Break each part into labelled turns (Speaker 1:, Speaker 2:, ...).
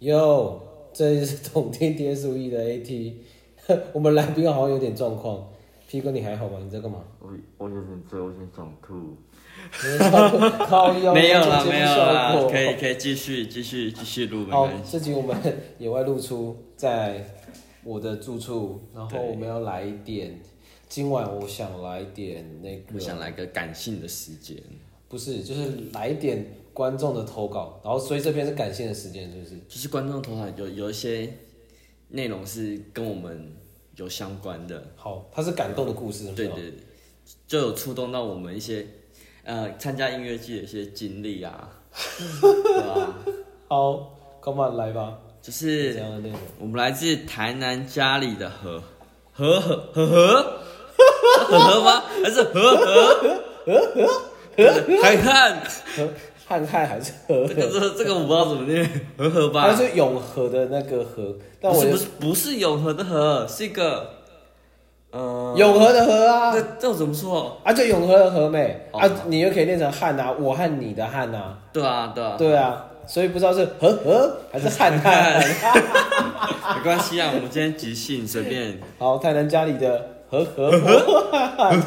Speaker 1: 哟，这里是懂天天数一的 AT，我 们来宾好像有点状况。P 哥，你还好吗？你在干嘛？
Speaker 2: 我我有点醉，我先想吐。
Speaker 1: 靠腰
Speaker 3: 没有
Speaker 1: 了
Speaker 3: 啦，，没有啦
Speaker 1: 节目效，果
Speaker 3: 可以可以继续继续继续录，没
Speaker 1: 好
Speaker 3: 关，系。
Speaker 1: 这集我们野外露出，在我的住处，然后
Speaker 3: 对
Speaker 1: 我们要来一点。今晚我想来一点那
Speaker 3: 我想
Speaker 1: 个，
Speaker 3: 来个感性的时间，
Speaker 1: 不是，就是来一点观众的投稿，然后所以这边是感谢的时间，是不是？
Speaker 3: 就是观众投稿有有一些内容是跟我们有相关的，
Speaker 1: 好，它是感动的故事，
Speaker 3: 对
Speaker 1: 是吗，啊
Speaker 3: 对，对就有触动到我们一些呃参加音乐季的一些经 历啊，对吧？
Speaker 1: 好，干嘛来吧？
Speaker 3: 就是
Speaker 1: 这样的内容。
Speaker 3: 我们来自台南家里的河河河河河河河吗？还是河河河河？海汉，
Speaker 1: 汉汉还是和
Speaker 3: 这个
Speaker 1: 和，
Speaker 3: 这个这个我不知道怎么念，河河吧？
Speaker 1: 它是永和的那个和，但
Speaker 3: 不
Speaker 1: 我
Speaker 3: 是
Speaker 1: 就
Speaker 3: 不是不是永和的和，是一个，呃，
Speaker 1: 永和的和啊
Speaker 3: 这，这我怎么说？
Speaker 1: 啊就永和的和美
Speaker 3: 哦
Speaker 1: 啊，你又可以念成汉啊，我和你的汉啊，
Speaker 3: 对啊对啊，
Speaker 1: 对啊，所以不知道是和和还是汉汉。
Speaker 3: 没关系啊，我们今天即兴随便。
Speaker 1: 好，台南家里的和和和汉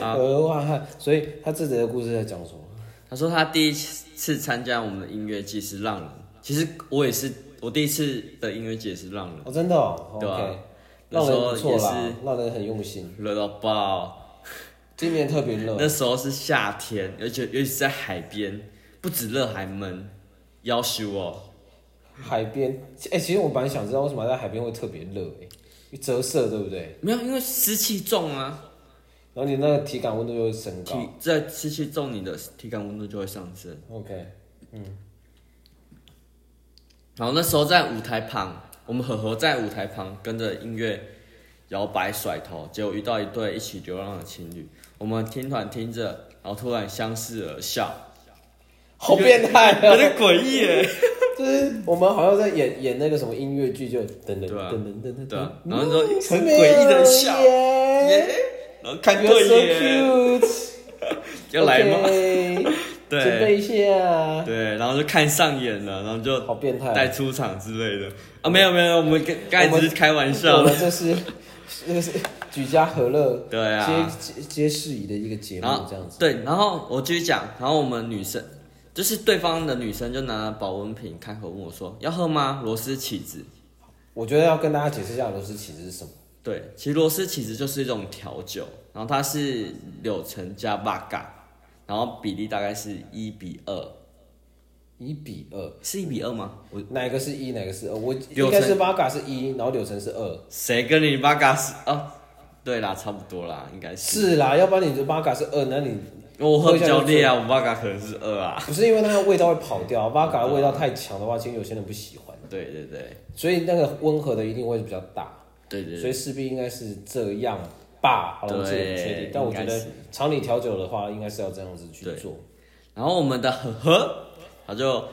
Speaker 3: 啊
Speaker 1: 和汉汉，所以他自己的故事在讲什么？
Speaker 3: 他说他第一次参加我们的音乐季是浪人，其实我也是我第一次的音乐季也是浪人，
Speaker 1: 哦，真的哦
Speaker 3: 对啊
Speaker 1: ，OK，
Speaker 3: 那
Speaker 1: 让
Speaker 3: 时
Speaker 1: 人
Speaker 3: 候
Speaker 1: 不错啦
Speaker 3: 也是，
Speaker 1: 让人很用心。
Speaker 3: 热到爆。
Speaker 1: 今年特别热，
Speaker 3: 那时候是夏天，而且尤其是在海边，不止热还闷，要羞哦。
Speaker 1: 海边，哎、其实我本来想知道为什么在海边会特别热、哎，因为折射对不对？
Speaker 3: 没有，因为湿气重啊，
Speaker 1: 然后你那个体感温度就会升高。
Speaker 3: 体在湿气重，你的体感温度就会上升。
Speaker 1: OK，
Speaker 3: 然后那时候在舞台旁，我们和和在舞台旁跟着音乐摇摆甩头，结果遇到一对一起流浪的情侣。我们听团听着，然后突然相视而笑，
Speaker 1: 好变态啊、
Speaker 3: 有点诡异 耶。
Speaker 1: 就是我们好像在演演那个什么音乐剧，就等等
Speaker 3: 对啊
Speaker 1: 等等等等，
Speaker 3: 对啊，
Speaker 1: 嗯
Speaker 3: 然后就很诡异的笑，耶，然后看
Speaker 1: ，You're
Speaker 3: 对
Speaker 1: so
Speaker 3: 眼，
Speaker 1: cute，
Speaker 3: 要来吗？
Speaker 1: OK，准
Speaker 3: 对
Speaker 1: 备一下，
Speaker 3: 对，然后就看上眼了，然后就
Speaker 1: 好变态啊
Speaker 3: 带出场之类的啊，没有没有，我们刚刚才只是啊开玩
Speaker 1: 我
Speaker 3: 笑
Speaker 1: 们
Speaker 3: 的。
Speaker 1: 这是这个是举家和乐，
Speaker 3: 对啊
Speaker 1: 接接接事宜的一个节目
Speaker 3: 然后
Speaker 1: 这样子，
Speaker 3: 对，然后我继续讲，然后我们女生就是对方的女生就拿了保温瓶开口问我说要喝吗？螺丝起子，
Speaker 1: 我觉得要跟大家解释一下螺丝起子是什么。
Speaker 3: 对，其实螺丝起子就是一种调酒，然后它是柳橙加八嘎，然后比例大概是一比二，
Speaker 1: 一比二，
Speaker 3: 是一比二吗？我
Speaker 1: 哪个是一，哪个是二？我
Speaker 3: 柳
Speaker 1: 应
Speaker 3: 橙
Speaker 1: 该是八嘎是一，然后柳橙是二。
Speaker 3: 谁跟你八嘎是哦？对啦，差不多啦，应该是。
Speaker 1: 是啦，要不然你的八嘎是二，那你
Speaker 3: 我喝比较烈啊，我八嘎可能是二啊。
Speaker 1: 不是因为那个味道会跑掉，八嘎的味道太强的话，其实有些人不喜欢，
Speaker 3: 对对对
Speaker 1: 所以那个温和的一定会比较大，
Speaker 3: 对对
Speaker 1: 所
Speaker 3: 对，
Speaker 1: 以势必应该是这样吧。好了，我自己
Speaker 3: 对
Speaker 1: 不确定，但我觉
Speaker 3: 应该
Speaker 1: 得
Speaker 3: 是
Speaker 1: 厂里调酒的话，应该是要这样子去
Speaker 3: 对
Speaker 1: 做。
Speaker 3: 然后我们的呵呵，他就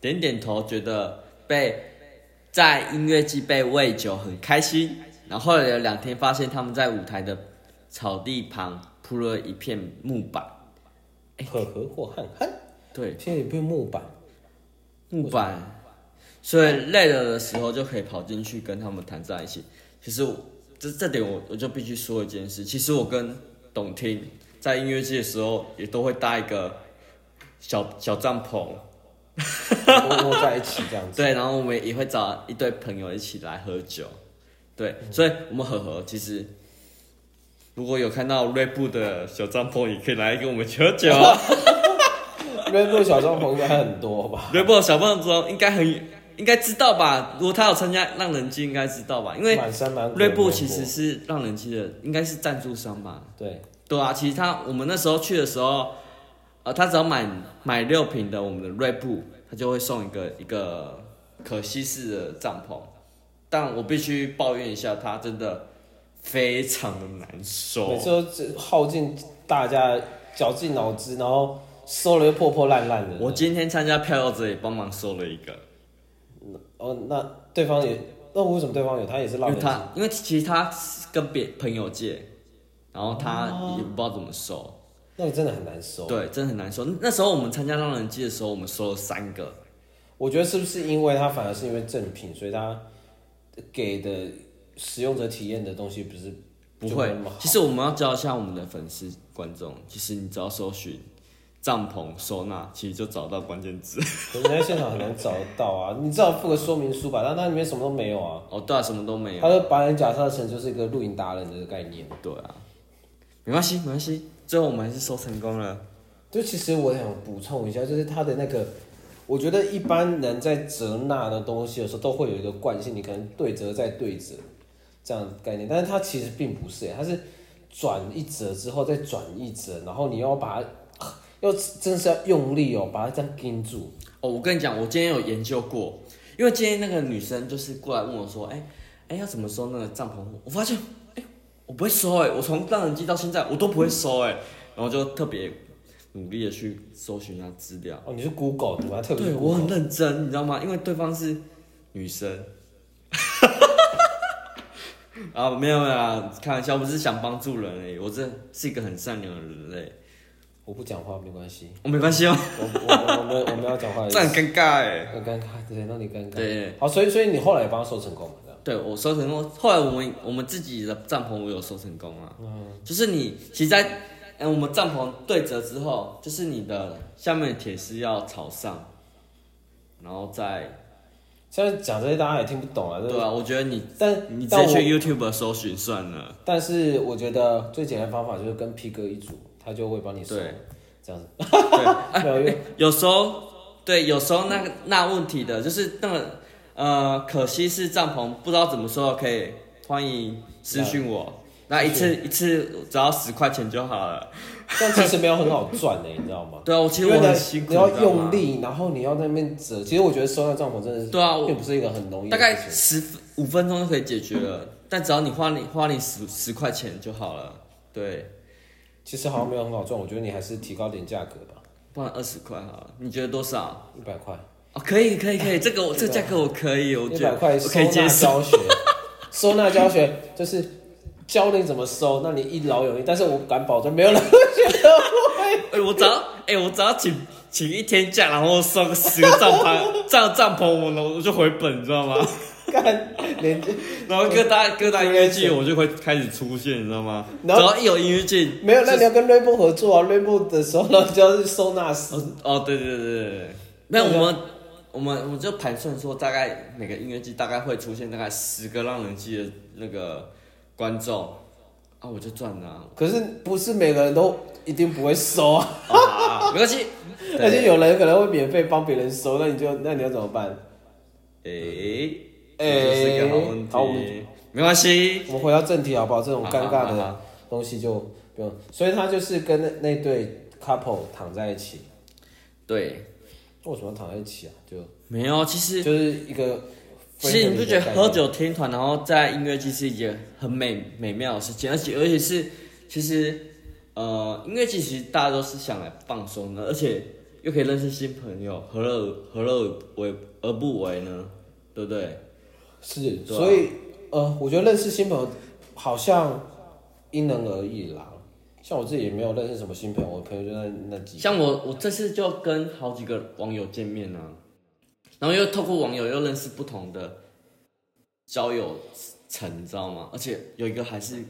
Speaker 3: 点点头，觉得被在音乐季被喂酒很开心。然后后来有两天发现他们在舞台的草地旁铺了一片木板，哎
Speaker 1: 呵呵或汉汉，
Speaker 3: 对，
Speaker 1: 现在也不用木板，
Speaker 3: 木板，所以累了的时候就可以跑进去跟他们谈在一起。其实我这这点我我就必须说一件事，其实我跟董听在音乐季的时候也都会搭一个小小帐篷，
Speaker 1: 窝窝在一起这样子。
Speaker 3: 对，然后我们也会找一堆朋友一起来喝酒，对，
Speaker 1: 嗯
Speaker 3: 所以我们和和其实。如果有看到瑞布的小帐篷，也可以来跟我们喝酒。啊
Speaker 1: Rainbow 小帐篷应该很多吧？
Speaker 3: 瑞布的小帐篷应该很应该知道吧？如果他有参加浪人季，应该知道吧？因为
Speaker 1: 满山满谷的
Speaker 3: 瑞
Speaker 1: 芒果。
Speaker 3: 布其实是让人记得，应该是赞助商吧？
Speaker 1: 对，
Speaker 3: 对啊，其实他我们那时候去的时候，呃，他只要买买六瓶的我们的瑞布，他就会送一个一个可惜式的帐篷。但我必须抱怨一下，他真的非常的难收
Speaker 1: 每。次都只耗尽大家绞尽脑汁，然后收了又破破烂烂的。
Speaker 3: 我今天参加票友者也帮忙收了一个，
Speaker 1: 哦，那对方也，那为什么对方有？他也是
Speaker 3: 因
Speaker 1: 浪
Speaker 3: 为
Speaker 1: 人
Speaker 3: 他因为其实他是跟别朋友借，然后他也不知道怎么收。
Speaker 1: 那个真的很难收。
Speaker 3: 对，真的很难说。那时候我们参加浪人季的时候，我们收了三个，
Speaker 1: 我觉得是不是因为它反而是因为正品，所以它给的使用者体验的东西不是
Speaker 3: 不
Speaker 1: 就
Speaker 3: 会
Speaker 1: 那么好，
Speaker 3: 其实我们要教一下我们的粉丝观众，其实你只要搜寻帐篷收纳，其实就找到关键字。
Speaker 1: 可是你在现场很难找得到啊，你至少附个说明书吧，但它里面什么都没有啊。
Speaker 3: 哦，对啊，什么都没
Speaker 1: 它
Speaker 3: 有。
Speaker 1: 就把人假设成就是一个露营达人的概念。
Speaker 3: 对啊，没关系，没关系，最后我们还是收成功了。
Speaker 1: 就其实我想补充一下，就是它的那个，我觉得一般人在折纳的东西的时候，都会有一个惯性，你可能对折再对折这样的概念，但是它其实并不是，它是转一折之后再转一折，然后你要把它，要真是要用力哦，把它这样盯住。
Speaker 3: 哦，我跟你讲，我今天有研究过，因为今天那个女生就是过来问我说，哎、哎、要怎么收那个帐篷？我发现，哎、我不会收哎、我从让人机到现在我都不会收哎、然后就特别努力的去搜寻一下资料。
Speaker 1: 哦，你是 Google 的吗？特别是
Speaker 3: 对我
Speaker 1: Google
Speaker 3: 很认真，你知道吗？因为对方是女生。 啊，没有没有啦，开玩笑，我只是想帮助人而已。我这是一个很善良的人类，
Speaker 1: 我不讲话没关系，
Speaker 3: 我、没关系哦，
Speaker 1: 我我我们我们要讲话的意
Speaker 3: 这很
Speaker 1: 思，
Speaker 3: 尴尬哎。
Speaker 1: 很尴尬，对，让你尴尬。
Speaker 3: 对，
Speaker 1: 好，所以所以你后来也帮他收成功了，这样
Speaker 3: 对我收成功，后来我们我们自己的帐篷我有收成功啊。
Speaker 1: 嗯
Speaker 3: 就是你其实在，哎，我们帐篷对折之后，就是你的下面的铁丝要朝上，然后再
Speaker 1: 现在讲这些大家也听不懂啊，这
Speaker 3: 对啊，我觉得你
Speaker 1: 但
Speaker 3: 你直
Speaker 1: 但
Speaker 3: 接
Speaker 1: 我
Speaker 3: 去 YouTube 搜寻算了。
Speaker 1: 但是我觉得最简单的方法就是跟 P 哥一组，他就会帮你收
Speaker 3: 对，
Speaker 1: 这样子。
Speaker 3: 对
Speaker 1: 没有因为
Speaker 3: 有时候，对，有时候那个那问题的，就是那个呃，可惜是帐篷，不知道怎么说，可以欢迎私讯我。那一次一次只要十块钱就好了。
Speaker 1: 但其实没有很好赚的、你知道吗？
Speaker 3: 对啊，我其实我
Speaker 1: 因为呢
Speaker 3: 很辛苦，
Speaker 1: 你要
Speaker 3: 知道吗
Speaker 1: 用。力，然后你要在那边折。其实我觉得收纳帐篷真的是，
Speaker 3: 对啊我
Speaker 1: 并不是一个很容易
Speaker 3: 大
Speaker 1: 的
Speaker 3: 概
Speaker 1: 事情
Speaker 3: 十五分钟就可以解决了，但只要你花你花你十十块钱就好了，对，
Speaker 1: 其实好像没有很好赚，我觉得你还是提高点价格吧，
Speaker 3: 不然二十块好了，你觉得多少？
Speaker 1: 一百块，
Speaker 3: 哦，可以可以可以，这个我这个价格我可以，我
Speaker 1: 一
Speaker 3: 觉
Speaker 1: 百
Speaker 3: 得
Speaker 1: 块
Speaker 3: 我可
Speaker 1: 收
Speaker 3: 以接
Speaker 1: 纳
Speaker 3: 受。
Speaker 1: 教学， 收纳教学就是教你怎么收，那你一劳永逸。但是我敢保证，没有人会觉得我会
Speaker 3: 哎、我只要哎、我只要请请一天假，然后送十个帐篷，帐帐篷我呢我就回本，你知 道吗？
Speaker 1: 干，连
Speaker 3: 然后各大各大音乐季我就会开始出现，你知道吗？只
Speaker 1: 然后
Speaker 3: 要一有音乐季，
Speaker 1: 没有，那你要跟 Rainbow 合作啊！Rainbow 的时候呢，就要去收纳师。
Speaker 3: 哦哦，对对对对对对，那我们我们我就盘算说，大概每个音乐季大概会出现大概十个让人记的那个观众啊，我就赚了啊、
Speaker 1: 可是不是每个人都一定不会收啊，
Speaker 3: 啊，没关系，
Speaker 1: 而且有人可能会免费帮别人收，那你就那你要怎么办？
Speaker 3: 诶，
Speaker 1: 哎
Speaker 3: 这就是一个好问
Speaker 1: 好我们
Speaker 3: 题，没关系，
Speaker 1: 我们回到正题好不好？这种
Speaker 3: 啊
Speaker 1: 尴尬
Speaker 3: 好好
Speaker 1: 的
Speaker 3: 好
Speaker 1: 东西就不用。所以他就是跟那那对 couple 躺在一起，
Speaker 3: 对，
Speaker 1: 为什么要躺在一起啊？就
Speaker 3: 没有，其实
Speaker 1: 就是一个。
Speaker 3: 其实你不觉得喝？酒听团，然后在音乐季是一件很美美妙的事情，而且而且是其实呃音乐季其实大家都是想来放松的，而且又可以认识新朋友，何乐何乐为而不为呢？对不对？
Speaker 1: 是，
Speaker 3: 对啊
Speaker 1: 所以呃，我觉得认识新朋友好像因人而异啦。像我自己也没有认识什么新朋友，我朋友就在那几个
Speaker 3: 像我我这次就跟好几个网友见面啊，然后又透过网友又认识不同的交友层，你知道吗？而且有一个还是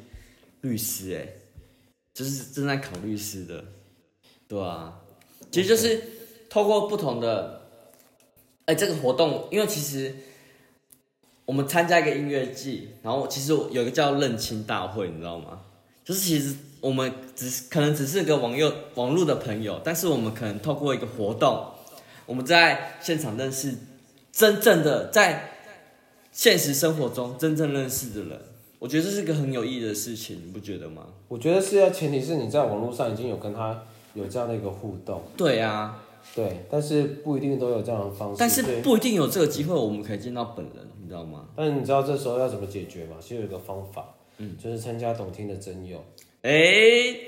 Speaker 3: 律师哎、就是正在考律师的，对啊，其实就是透过不同的，哎、这个活动，因为其实我们参加一个音乐季，然后其实我有一个叫认亲大会，你知道吗？就是其实我们只是可能只是个网友网络的朋友，但是我们可能透过一个活动，我们在现场认识真正的在现实生活中真正认识的人，我觉得这是个很有意义的事情，你不觉得吗？
Speaker 1: 我觉得是要前提是你在网络上已经有跟他有这样的一个互动，
Speaker 3: 对啊，
Speaker 1: 对，但是不一定都有这样的方式。
Speaker 3: 但是
Speaker 1: 所以
Speaker 3: 不一定有这个机会，我们可以见到本人，你知道吗？
Speaker 1: 但是你知道这时候要怎么解决吗？其实有一个方法，嗯，就是参加董听的真友，
Speaker 3: 哎、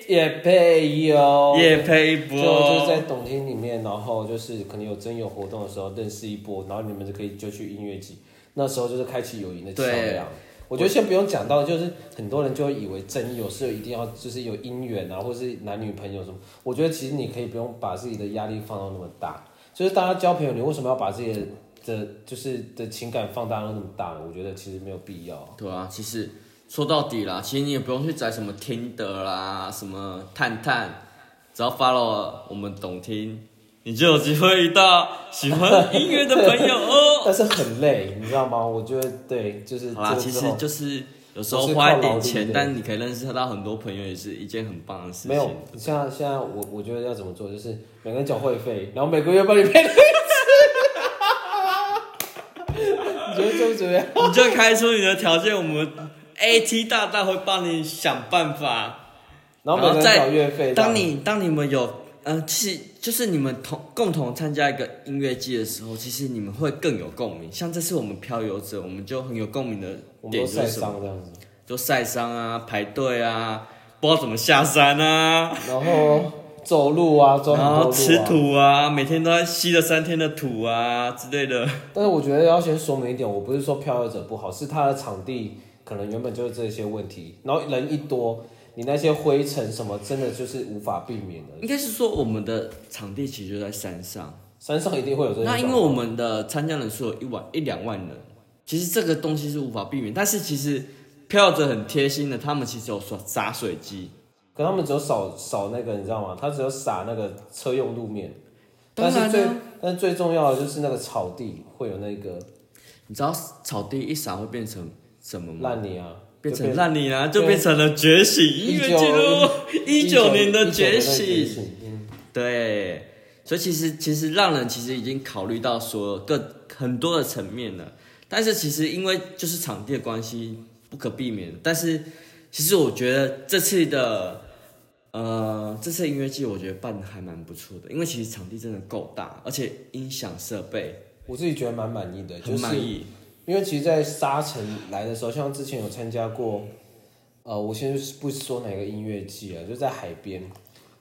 Speaker 1: 也配友，
Speaker 3: 也配一
Speaker 1: 就就是
Speaker 3: 波，
Speaker 1: 在董听里面，然后就是可能有真友活动的时候认识一波，然后你们就可以就去音乐季，那时候就是开启友谊的桥
Speaker 3: 对
Speaker 1: 梁。我觉得先不用讲到，就是很多人就会以为真友是一定要就是有姻缘啊，或是男女朋友什么。我觉得其实你可以不用把自己的压力放到那么大，就是大家交朋友，你为什么要把自己的的就是的情感放大到那么大呢？我觉得其实没有必要。
Speaker 3: 对啊，其实说到底啦，其实你也不用去载什么听的啦，什么探探，只要 follow 我们懂听，你就有机会遇到喜欢音乐的朋 友哦。
Speaker 1: 但是很累，你知道吗？我觉得对，就是
Speaker 3: 好啦，
Speaker 1: 这个
Speaker 3: 啊其
Speaker 1: 之
Speaker 3: 实
Speaker 1: 后
Speaker 3: 就是有时候
Speaker 1: 不是靠
Speaker 3: 花一
Speaker 1: 劳
Speaker 3: 点
Speaker 1: 力
Speaker 3: 钱，
Speaker 1: 的
Speaker 3: 但你可以认识到很多朋友，也是一件很棒的事情。
Speaker 1: 没有。现在现在我我觉得要怎么做，就是每个人缴会费，然后每个月帮你配一次。 你觉得这样怎么样？
Speaker 3: 你就开出你的条件，我们 AT 大大会帮你想办法。
Speaker 1: 然后每个人
Speaker 3: 再
Speaker 1: 缴月费，
Speaker 3: 当
Speaker 1: 这样
Speaker 3: 你当你们有呃，其实就是你们同共同参加一个音乐季的时候，其实你们会更有共鸣。像这次我们漂游者，我们就很有共鸣的
Speaker 1: 我们
Speaker 3: 点
Speaker 1: 都
Speaker 3: 就
Speaker 1: 晒
Speaker 3: 是什么？
Speaker 1: 伤这样子，
Speaker 3: 就晒伤啊，排队啊，不知道怎么下山啊，
Speaker 1: 然后走路啊，走很
Speaker 3: 然
Speaker 1: 多
Speaker 3: 后
Speaker 1: 路、啊、
Speaker 3: 吃土啊，每天都在吸了三天的土啊之 类的。
Speaker 1: 但是我觉得要先说明一点，我不是说漂游者不好，是它的场地可能原本就是这些问题，然后人一多，你那些灰尘什么真的就是无法避免的。
Speaker 3: 应该是说我们的场地其实就在山上。
Speaker 1: 山上一定会有这些状况。
Speaker 3: 那因为我们的参加人数有一万一两万人，其实这个东西是无法避免。但是其实漂着很贴心的，他们其实有耍洒水机，
Speaker 1: 可他们只有扫扫那个，你知道吗？他只有撒那个车用路面，
Speaker 3: 当
Speaker 1: 但
Speaker 3: 然啊
Speaker 1: 是最但是最重要的就是那个草地会有那个
Speaker 3: 你知道草地一洒会嗯变成什么吗？
Speaker 1: 烂泥啊，
Speaker 3: 变
Speaker 1: 就
Speaker 3: 成烂泥啦、就变成了觉醒音乐记录一九年的觉醒。
Speaker 1: 嗯
Speaker 3: 对，所以其实其实让人其实已经考虑到说各很多的层面了，但是其实因为就是场地的关系不可避免，但是其实我觉得这次的呃这次音乐季我觉得办的还蛮不错的，因为其实场地真的够大，而且音响设备
Speaker 1: 我自己觉得蛮满意的，
Speaker 3: 很
Speaker 1: 就是
Speaker 3: 满意，
Speaker 1: 因为其实，在沙城来的时候，像之前有参加过，呃，我先不说哪个音乐季啊，就在海边，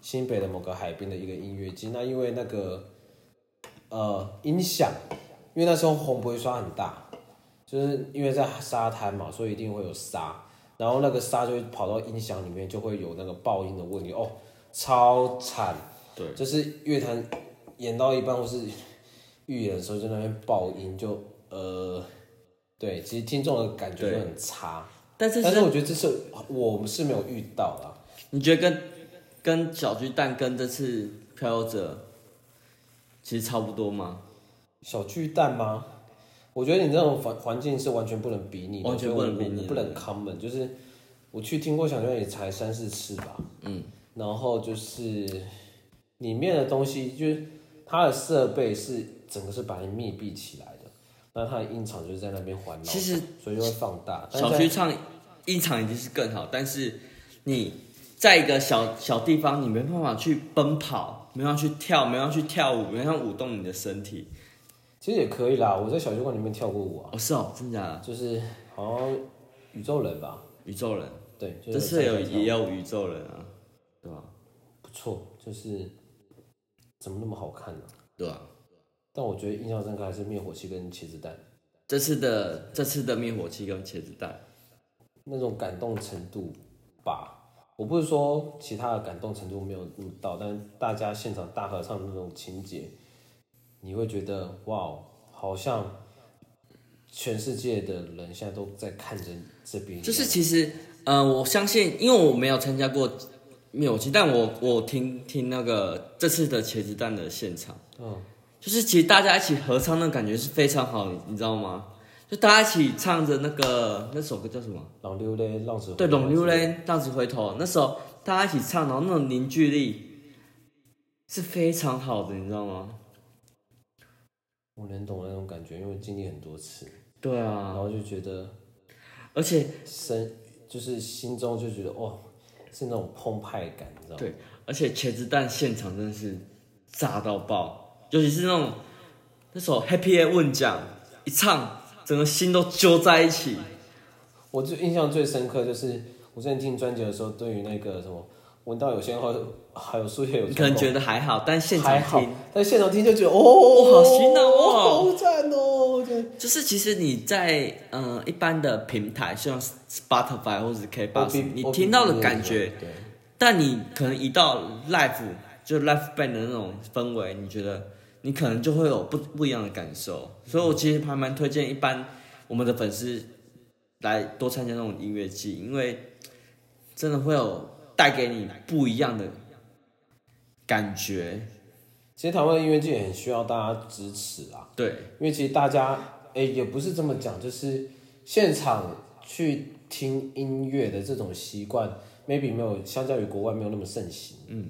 Speaker 1: 新北的某个海边的一个音乐季。那因为那个，呃，音响，因为那时候红不会刷很大，就是因为在沙滩嘛，所以一定会有沙，然后那个沙就会跑到音响里面，就会有那个爆音的问题哦，超惨。
Speaker 3: 对，
Speaker 1: 就是乐坛演到一半或是预演的时候，就那边爆音，就呃，对，其实听众的感觉就很差。
Speaker 3: 但是
Speaker 1: 但是我觉得这是我们是没有遇到啊啦。
Speaker 3: 你觉得跟跟小巨蛋跟这次漂游者其实差不多吗？
Speaker 1: 小巨蛋吗？我觉得你这种环环境是完全不能比拟的，
Speaker 3: 完全不能比拟的
Speaker 1: 我不能 common。就是我去听过小巨蛋也才三四次吧，嗯，然后就是里面的东西，就是它的设备是整个是把你密闭起来的，那它的音场就是在那边环绕，
Speaker 3: 其实
Speaker 1: 所以就会放大。但是
Speaker 3: 小
Speaker 1: 在
Speaker 3: 区唱一场已经是更好，但是你在一个小小地方，你没办法去奔跑，没办法去跳，没办法去跳舞，没办法舞动你的身体。
Speaker 1: 其实也可以啦，我在小酒馆里面跳过舞啊，
Speaker 3: 哦，是哦，真假的？
Speaker 1: 就是好像宇宙人吧，
Speaker 3: 宇宙人，
Speaker 1: 对，就
Speaker 3: 这
Speaker 1: 是
Speaker 3: 次有
Speaker 1: 在跳舞
Speaker 3: 也有宇宙人啊，对吧、
Speaker 1: 不错，就是怎么那么好看呢、
Speaker 3: 对啊吧、
Speaker 1: 但我觉得印象深刻还是灭火器跟茄子蛋
Speaker 3: 这次的这次的灭火器跟茄子蛋，
Speaker 1: 那种感动程度吧。我不是说其他的感动程度没有那么到，但是大家现场大合唱的那种情节，你会觉得哇哦，好像全世界的人现在都在看着这边一样，
Speaker 3: 就是其实，呃，我相信，因为我没有参加过灭火器，但我我听听那个这次的茄子蛋的现场，
Speaker 1: 嗯，
Speaker 3: 就是其实大家一起合唱，那感觉是非常好，你你知道吗？就大家一起唱着那个那首歌叫什么？
Speaker 1: 浪溜嘞，浪子回
Speaker 3: 对，《
Speaker 1: 头
Speaker 3: 龙溜嘞》，浪子回头。那时候大家一起唱，然后那种凝聚力是非常好的，你知道吗？
Speaker 1: 我能懂那种感觉，因为经历很多次，
Speaker 3: 对
Speaker 1: 然
Speaker 3: 啊，
Speaker 1: 后就觉得
Speaker 3: 而且
Speaker 1: 身就是心中就觉得哦，是那种澎湃感，你知道吗？
Speaker 3: 对，而且茄子蛋现场真的是炸到爆，尤其是那种那首《Happy End 问奖》一唱，整个心都揪在一起。
Speaker 1: 我就印象最深刻就是我之前听专辑的时候，对于那个什么闻到有些还有还有树叶有
Speaker 3: 你可能觉
Speaker 1: 得
Speaker 3: 得还好，但现
Speaker 1: 还
Speaker 3: 场
Speaker 1: 好
Speaker 3: 听，
Speaker 1: 但现场听就觉得哦，
Speaker 3: 好洗脑哦
Speaker 1: 好赞哦，就
Speaker 3: 就是其实你在呃一般的平台，像 Spotify 或者是 K b o x 你听到的感觉，，
Speaker 1: 对，
Speaker 3: 但你可能一到 Live 就 Live Band 的那种氛围，你觉得你可能就会有不不一样的感受。所以我其实还蛮推荐一般我们的粉丝来多参加那种音乐季，因为真的会有带给你不一样的感觉。
Speaker 1: 其实台湾的音乐界很需要大家支持啊，
Speaker 3: 对，
Speaker 1: 因为其实大家哎、也不是这么讲，就是现场去听音乐的这种习惯，maybe 没有相较于国外没有那么盛行，嗯，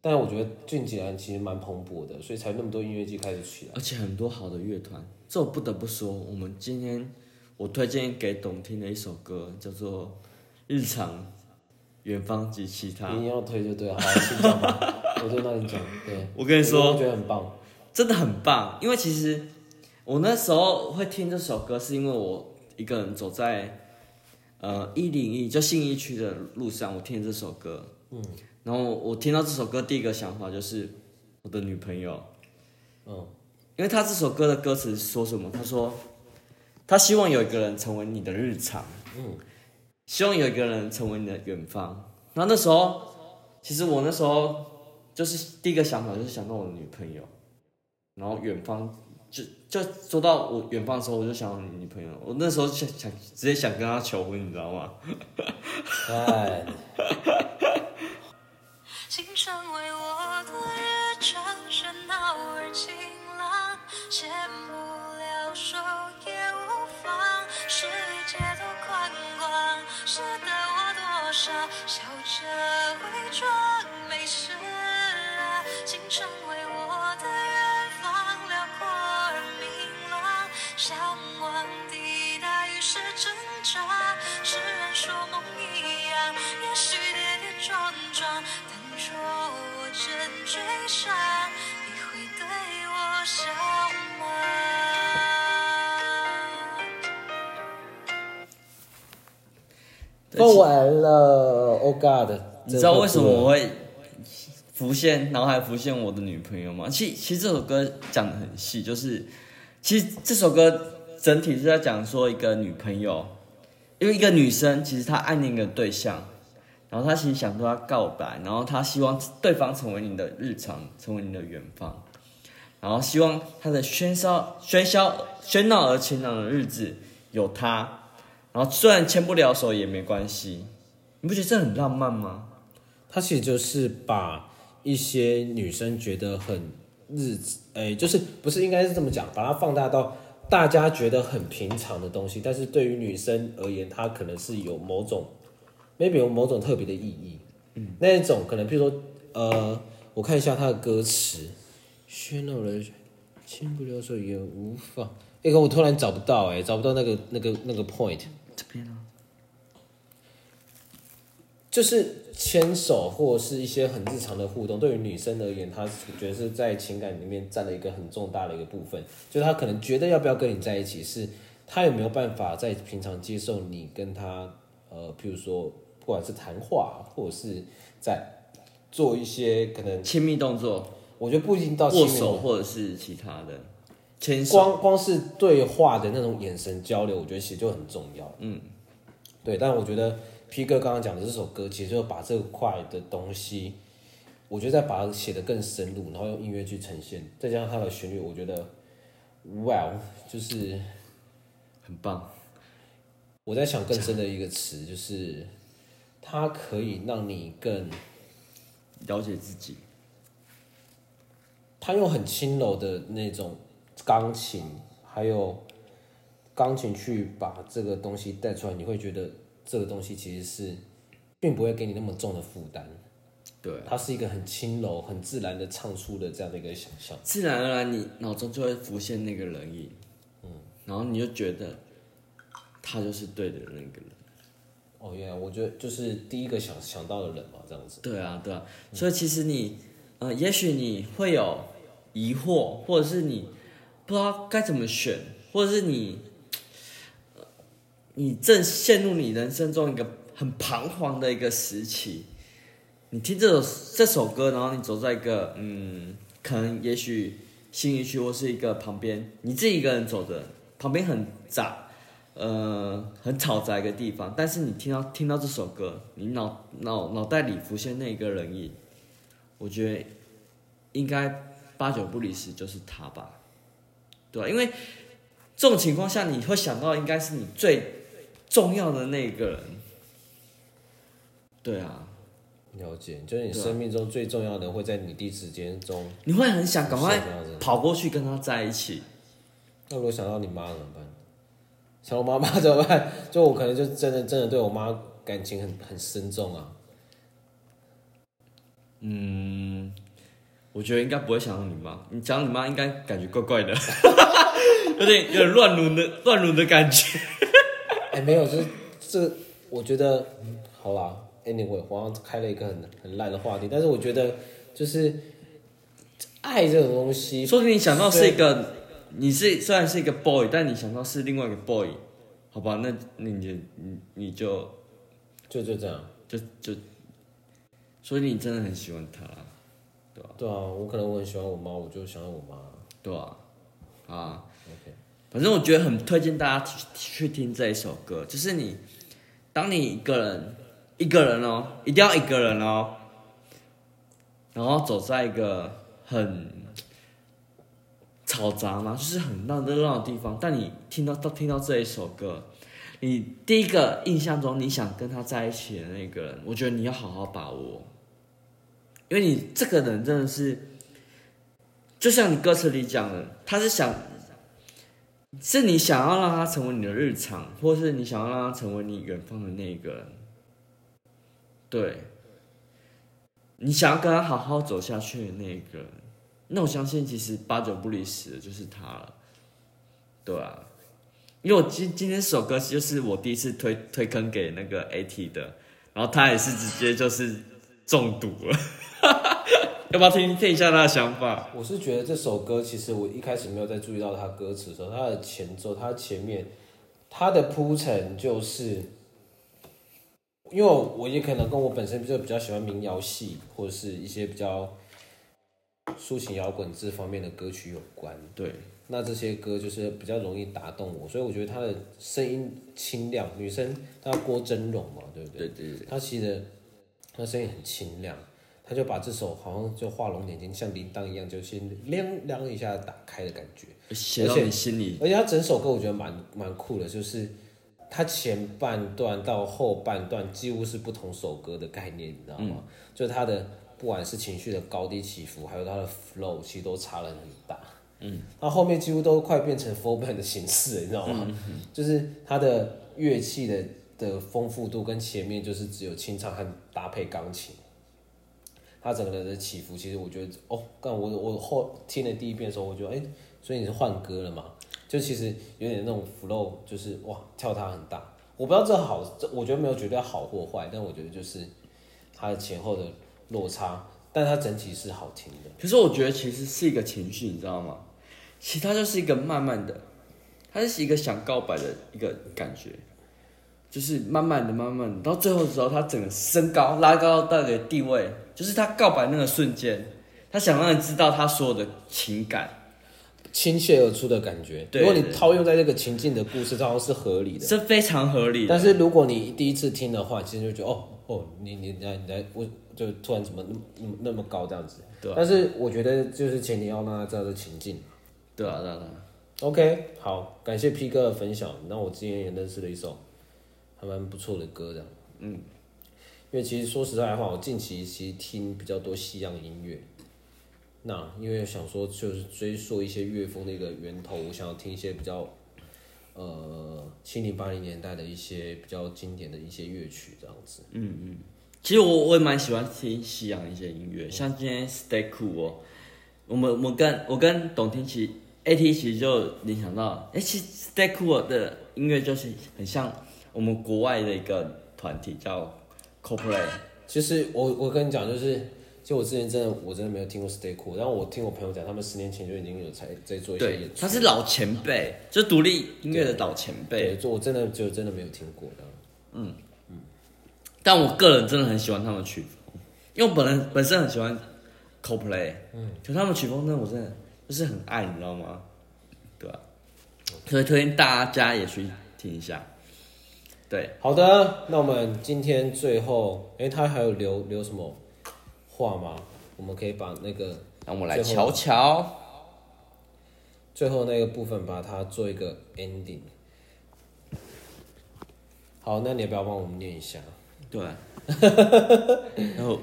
Speaker 1: 但我觉得近几年其实蛮蓬勃的，所以才有那么多音乐季开始起来。
Speaker 3: 而且很多好的乐团，这我不得不说，我们今天我推荐给董听的一首歌叫做《日常远方及其他》。
Speaker 1: 你要推就对了，好，先讲吧，我就让你讲。对，
Speaker 3: 我跟你说
Speaker 1: 我觉得很棒。
Speaker 3: 真的很棒，因为其实我那时候会听这首歌，是因为我一个人走在呃一零一就信义区的路上，我听这首歌，嗯，然后我听到这首歌第一个想法就是我的女朋友，
Speaker 1: 嗯，
Speaker 3: 因为他这首歌的歌词说什么？他说他希望有一个人成为你的日常，嗯，希望有一个人成为你的远方。然后那时候，其实我那时候就是第一个想法就是想到我的女朋友，然后远方就就说到我远方的时候，我就想到你女朋友。我那时候想想直接想跟她求婚，你知道吗？
Speaker 1: 哎，
Speaker 4: 请成为我的日常，喧闹而晴朗，闲无聊手也无妨，世界都宽广，是得我多少，笑着伪装没事啊，请成为我的远方，辽阔而明朗，向往抵达与是挣扎，痴人说梦一样，也许跌跌撞撞，但若我真追上，你会对我笑吗？
Speaker 1: 放完了，Oh God！
Speaker 3: 你知道为什
Speaker 1: 啊
Speaker 3: 么我会浮现脑海浮现我的女朋友吗？其其实这首歌讲的很细，就是其实这首歌整体是在讲说一个女朋友，因为一个女生其实她暗恋一个对象，然后她其实想对他告白，然后她希望对方成为你的日常，成为你的远方，然后希望她的喧嚣、喧嚣、喧闹而晴朗的日子有她，然后虽然牵不了手也没关系，你不觉得这很浪漫吗？
Speaker 1: 他其实就是把一些女生觉得很日子，哎、就是不是应该是这么讲，把它放大到大家觉得很平常的东西，但是对于女生而言，它可能是有某种，maybe 有某种特别的意义。嗯，那一种可能，譬如说，呃，我看一下它的歌词，喧闹人，牵不了手也无妨。哎、可我突然找不到、哎，找不到那个那个那个 point。
Speaker 3: 这边啊呢？
Speaker 1: 就是牵手或是一些很日常的互动，对于女生而言，她觉得是在情感里面占了一个很重大的一个部分。就是她可能觉得要不要跟你在一起，是她有没有办法在平常接受你跟她，呃，譬如说不管是谈话，或者是在做一些可能，
Speaker 3: 亲密动作，
Speaker 1: 我觉得不一定到哦亲
Speaker 3: 握
Speaker 1: 密
Speaker 3: 手或者是其他的牵手。
Speaker 1: 光光是对话的那种眼神交流，我觉得其实就很重要。嗯，对，但我觉得 P 哥刚刚讲的这首歌，其实就把这块的东西，我觉得再把它写得更深入，然后用音乐去呈现，再加上它的旋律，我觉得，wow，就是
Speaker 3: 很棒，
Speaker 1: 我在想更深的一个词，就是它可以让你更，
Speaker 3: 了解自己。
Speaker 1: 它用很轻柔的那种钢琴，还有钢琴去把这个东西带出来，你会觉得这个东西其实是并不会给你那么重的负担，
Speaker 3: 对，
Speaker 1: 它是一个很轻柔、很自然的唱出的这样的一个想象。
Speaker 3: 自然而然你脑中就会浮现那个人影，嗯，然后你就觉得他就是对的那个人。
Speaker 1: 哦，原来我觉得就是第一个想想到的人嘛，这样子。
Speaker 3: 对啊，对啊，所以其实你，呃，也许你会有疑惑，或者是你不知道该怎么选，或者是你，呃你正陷入你人生中一个很彷徨的一个时期。你听这首这首歌，然后你走在一个嗯，可能也许新一区或是一个旁边，你自己一个人走着，旁边很杂，呃很嘈杂一个地方，但是你听到听到这首歌，你脑脑脑袋里浮现那一个人影，我觉得应该八九不离十就是他吧，对啊，因为这种情况下你会想到应该是你最重要的那个人，对啊，
Speaker 1: 了解，就是你生命中最重要的人会在你第一时间中。
Speaker 3: 你会很想赶快
Speaker 1: 是这样子
Speaker 3: 跑过去跟他在一起，
Speaker 1: 那如果想到你妈怎么办？ 想到我妈妈怎么办？ 就我可能就真的真的对我妈感情很很深重啊。
Speaker 3: 嗯，我觉得应该不会想到你妈，你讲到你妈应该感觉怪怪的， 有点有点乱伦的乱伦的感觉。
Speaker 1: 哎、没有，就是这，我觉得好啦。Anyway，我好像开了一个很很烂的话题，但是我觉得就是爱这种东西，
Speaker 3: 说不定你想到是一个，你是虽然是一个 boy，但你想到是另外一个 boy，好吧，那那你就你你就
Speaker 1: 就就这样。
Speaker 3: 就就，所以你真的很喜欢他，
Speaker 1: 对啊，我可能我很喜欢我妈，我就想要我妈。
Speaker 3: 对吧、啊？啊
Speaker 1: OK，
Speaker 3: 反正我觉得很推荐大家去去听这一首歌，就是你，当你一个人，一个人哦，一定要一个人哦，然后走在一个很嘈杂嘛，就是很闹热闹的地方，但你听到到听到这一首歌，你第一个印象中你想跟他在一起的那个人，我觉得你要好好把握，因为你这个人真的是，就像你歌词里讲的，他是想是你想要让他成为你的日常，或是你想要让他成为你远方的那一个人。对，你想要跟他好好走下去的那一个人，那我相信其实八九不离十的就是他了。对啊，因为我今今天这首歌就是我第一次推推坑给那个 AT 的，然后他也是直接就是中毒了。 要不要听听一下他的想法？
Speaker 1: 我是觉得这首歌其实我一开始没有在注意到它歌词的时候，它的前奏，它前面，它的铺陈就是，因为我也可能跟我本身就比较喜欢民谣系或者是一些比较抒情摇滚这方面的歌曲有关。
Speaker 3: 对，
Speaker 1: 那这些歌就是比较容易打动我，所以我觉得她的声音清亮，女生她郭真容嘛，对不对？
Speaker 3: 对对对，
Speaker 1: 他其实他声音很清亮，他就把这首好像就画龙点睛，像铃铛一样，就先亮亮一下打开的感觉。
Speaker 3: 写到
Speaker 1: 而且
Speaker 3: 你心里。
Speaker 1: 而且他整首歌我觉得蛮蛮酷的，就是他前半段到后半段几乎是不同首歌的概念，你知道吗？就是他的不管是情绪的高低起伏，还有他的 flow，其实都差了很大。嗯，他后面几乎都快变成 full band 的形式了，你知道吗？就是他的乐器的的丰富度跟前面就是只有清唱和搭配钢琴。他整个人的起伏，其实我觉得，哦，干我我后听了第一遍的时候，我觉得，哎、所以你是换歌了嘛？就其实有点那种 flow，就是哇，跳它很大。我不知道这好，这我觉得没有绝对好或坏，但我觉得就是它的前后的落差，但它整体是好听的。
Speaker 3: 可是我觉得其实是一个情绪，你知道吗？其实它就是一个慢慢的，它是一个想告白的一个感觉，就是慢慢的、慢慢的，到最后的时候，他整个升高、拉高到一个地位，就是他告白那个瞬间，他想让你知道他所有的情感。
Speaker 1: 倾泻而出的感觉，
Speaker 3: 对
Speaker 1: 如果你
Speaker 3: 对对
Speaker 1: 套用在这个情境的故事，上是合理的。
Speaker 3: 这非常合理的
Speaker 1: 但是如果你第一次听的话，其实就觉得哦哦，你你你来你来，我就突然怎么那么那么那么高这样子。
Speaker 3: 对啊
Speaker 1: 但是我觉得就是前提要让他知道这情境。
Speaker 3: 对啊，对啊，对啊
Speaker 1: OK，好，感谢 P 哥的分享。那我今天也认识了一首还蛮不错的歌，这样。嗯，因为其实说实在话，我近期其实听比较多西洋音乐。那因为想说就是追溯一些乐风的一个源头，我想要听一些比较呃七零八零年代的一些比较经典的一些乐曲这样子。
Speaker 3: 其实我我也蛮喜欢听西洋一些音乐，像今天 Stay Cool 哦，我们我们跟我跟董天琪 AT 其实就联想到，哎，其实 Stay Cool 的音乐就是很像我们国外的一个团体叫 Coldplay，
Speaker 1: 其实我我跟你讲，就是其实我之前真的我真的没有听过 Stay Cool，但我听我朋友讲，他们十年前就已经有在在做一些
Speaker 3: 对
Speaker 1: 演，出。
Speaker 3: 他是老前辈，就独立音乐的老前
Speaker 1: 对，
Speaker 3: 辈，
Speaker 1: 就我真的就真的没有听过的。
Speaker 3: 但我个人真的很喜欢他们的曲风，因为我本人本身很喜欢 Coldplay，嗯，可他们曲风真的我真的就是很爱，你知道吗？对吧、所以推荐大家也去听一下。对，
Speaker 1: 好的，那我们今天最后，哎、他还有留留什么话吗？我们可以把那个
Speaker 3: 让我们来
Speaker 1: 最后
Speaker 3: 瞧瞧。
Speaker 1: 最后那个部分把它做一个 ending。好，那你要不要帮我们念一下？
Speaker 3: 对，然后，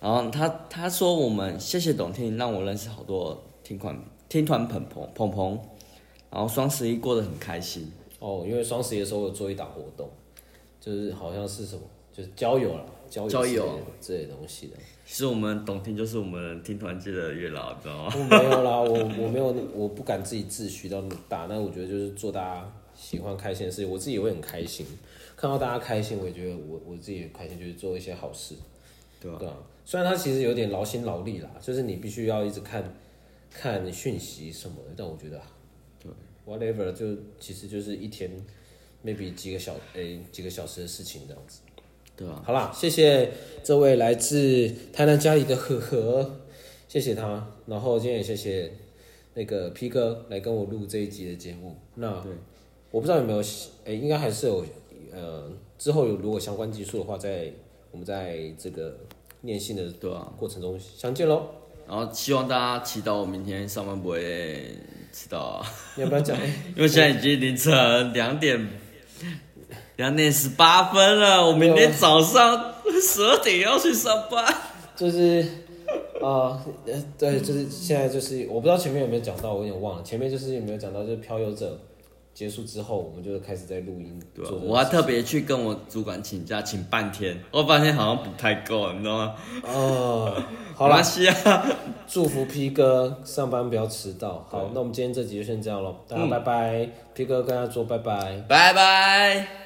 Speaker 3: 然后他他说我们谢谢董听，让我认识好多听团听团朋朋朋朋，然后双十一过得很开心。
Speaker 1: 哦，因为双十一的时候我有做一档活动，就是好像是什么，就是交友啦，交友
Speaker 3: 交友
Speaker 1: 之类的东西的。
Speaker 3: 其实我们董听就是我们听团界的月老，你知道吗？
Speaker 1: 我没有啦，我我没有，我不敢自己自诩到那么大。但我觉得就是做大家喜欢开心的事情，我自己也会很开心。看到大家开心，我也觉得我我自己也开心，就是做一些好事。
Speaker 3: 对啊
Speaker 1: 对啊，虽然它其实有点劳心劳力啦，就是你必须要一直看看讯息什么的，但我觉得、对，whatever，就其实就是一天 maybe 几个小诶、几个小时的事情这样子。
Speaker 3: 对啊，
Speaker 1: 好啦，谢谢这位来自台南家里的呵呵，谢谢他。然后今天也谢谢那个 P 哥来跟我录这一集的节目。那我不知道有没有，诶、应该还是有，呃，之后有如果相关技术的话，在我们在这个念信的
Speaker 3: 对啊。
Speaker 1: 过程中相见喽。
Speaker 3: 然后希望大家祈祷我明天上班不会迟到啊，
Speaker 1: 你要不要讲？诶
Speaker 3: 因为现在已经凌晨两点两点十八分了，我明天早上十二点要去上班。
Speaker 1: 就是啊、呃，对，就是现在就是我不知道前面有没有讲到，我有点忘了。前面就是有没有讲到，就是漂游者结束之后，我们就开始在录音
Speaker 3: 对
Speaker 1: 做这
Speaker 3: 啊、
Speaker 1: 个事情。
Speaker 3: 我还特别去跟我主管请假，请半天，我发现好像不太够，你知道吗？
Speaker 1: 哦，好
Speaker 3: 没
Speaker 1: 了
Speaker 3: 关，系啊，
Speaker 1: 祝福 P 哥上班不要迟到。好，那我们今天这集就先这样喽，大家拜拜、p 哥跟他说拜拜。
Speaker 3: 拜拜。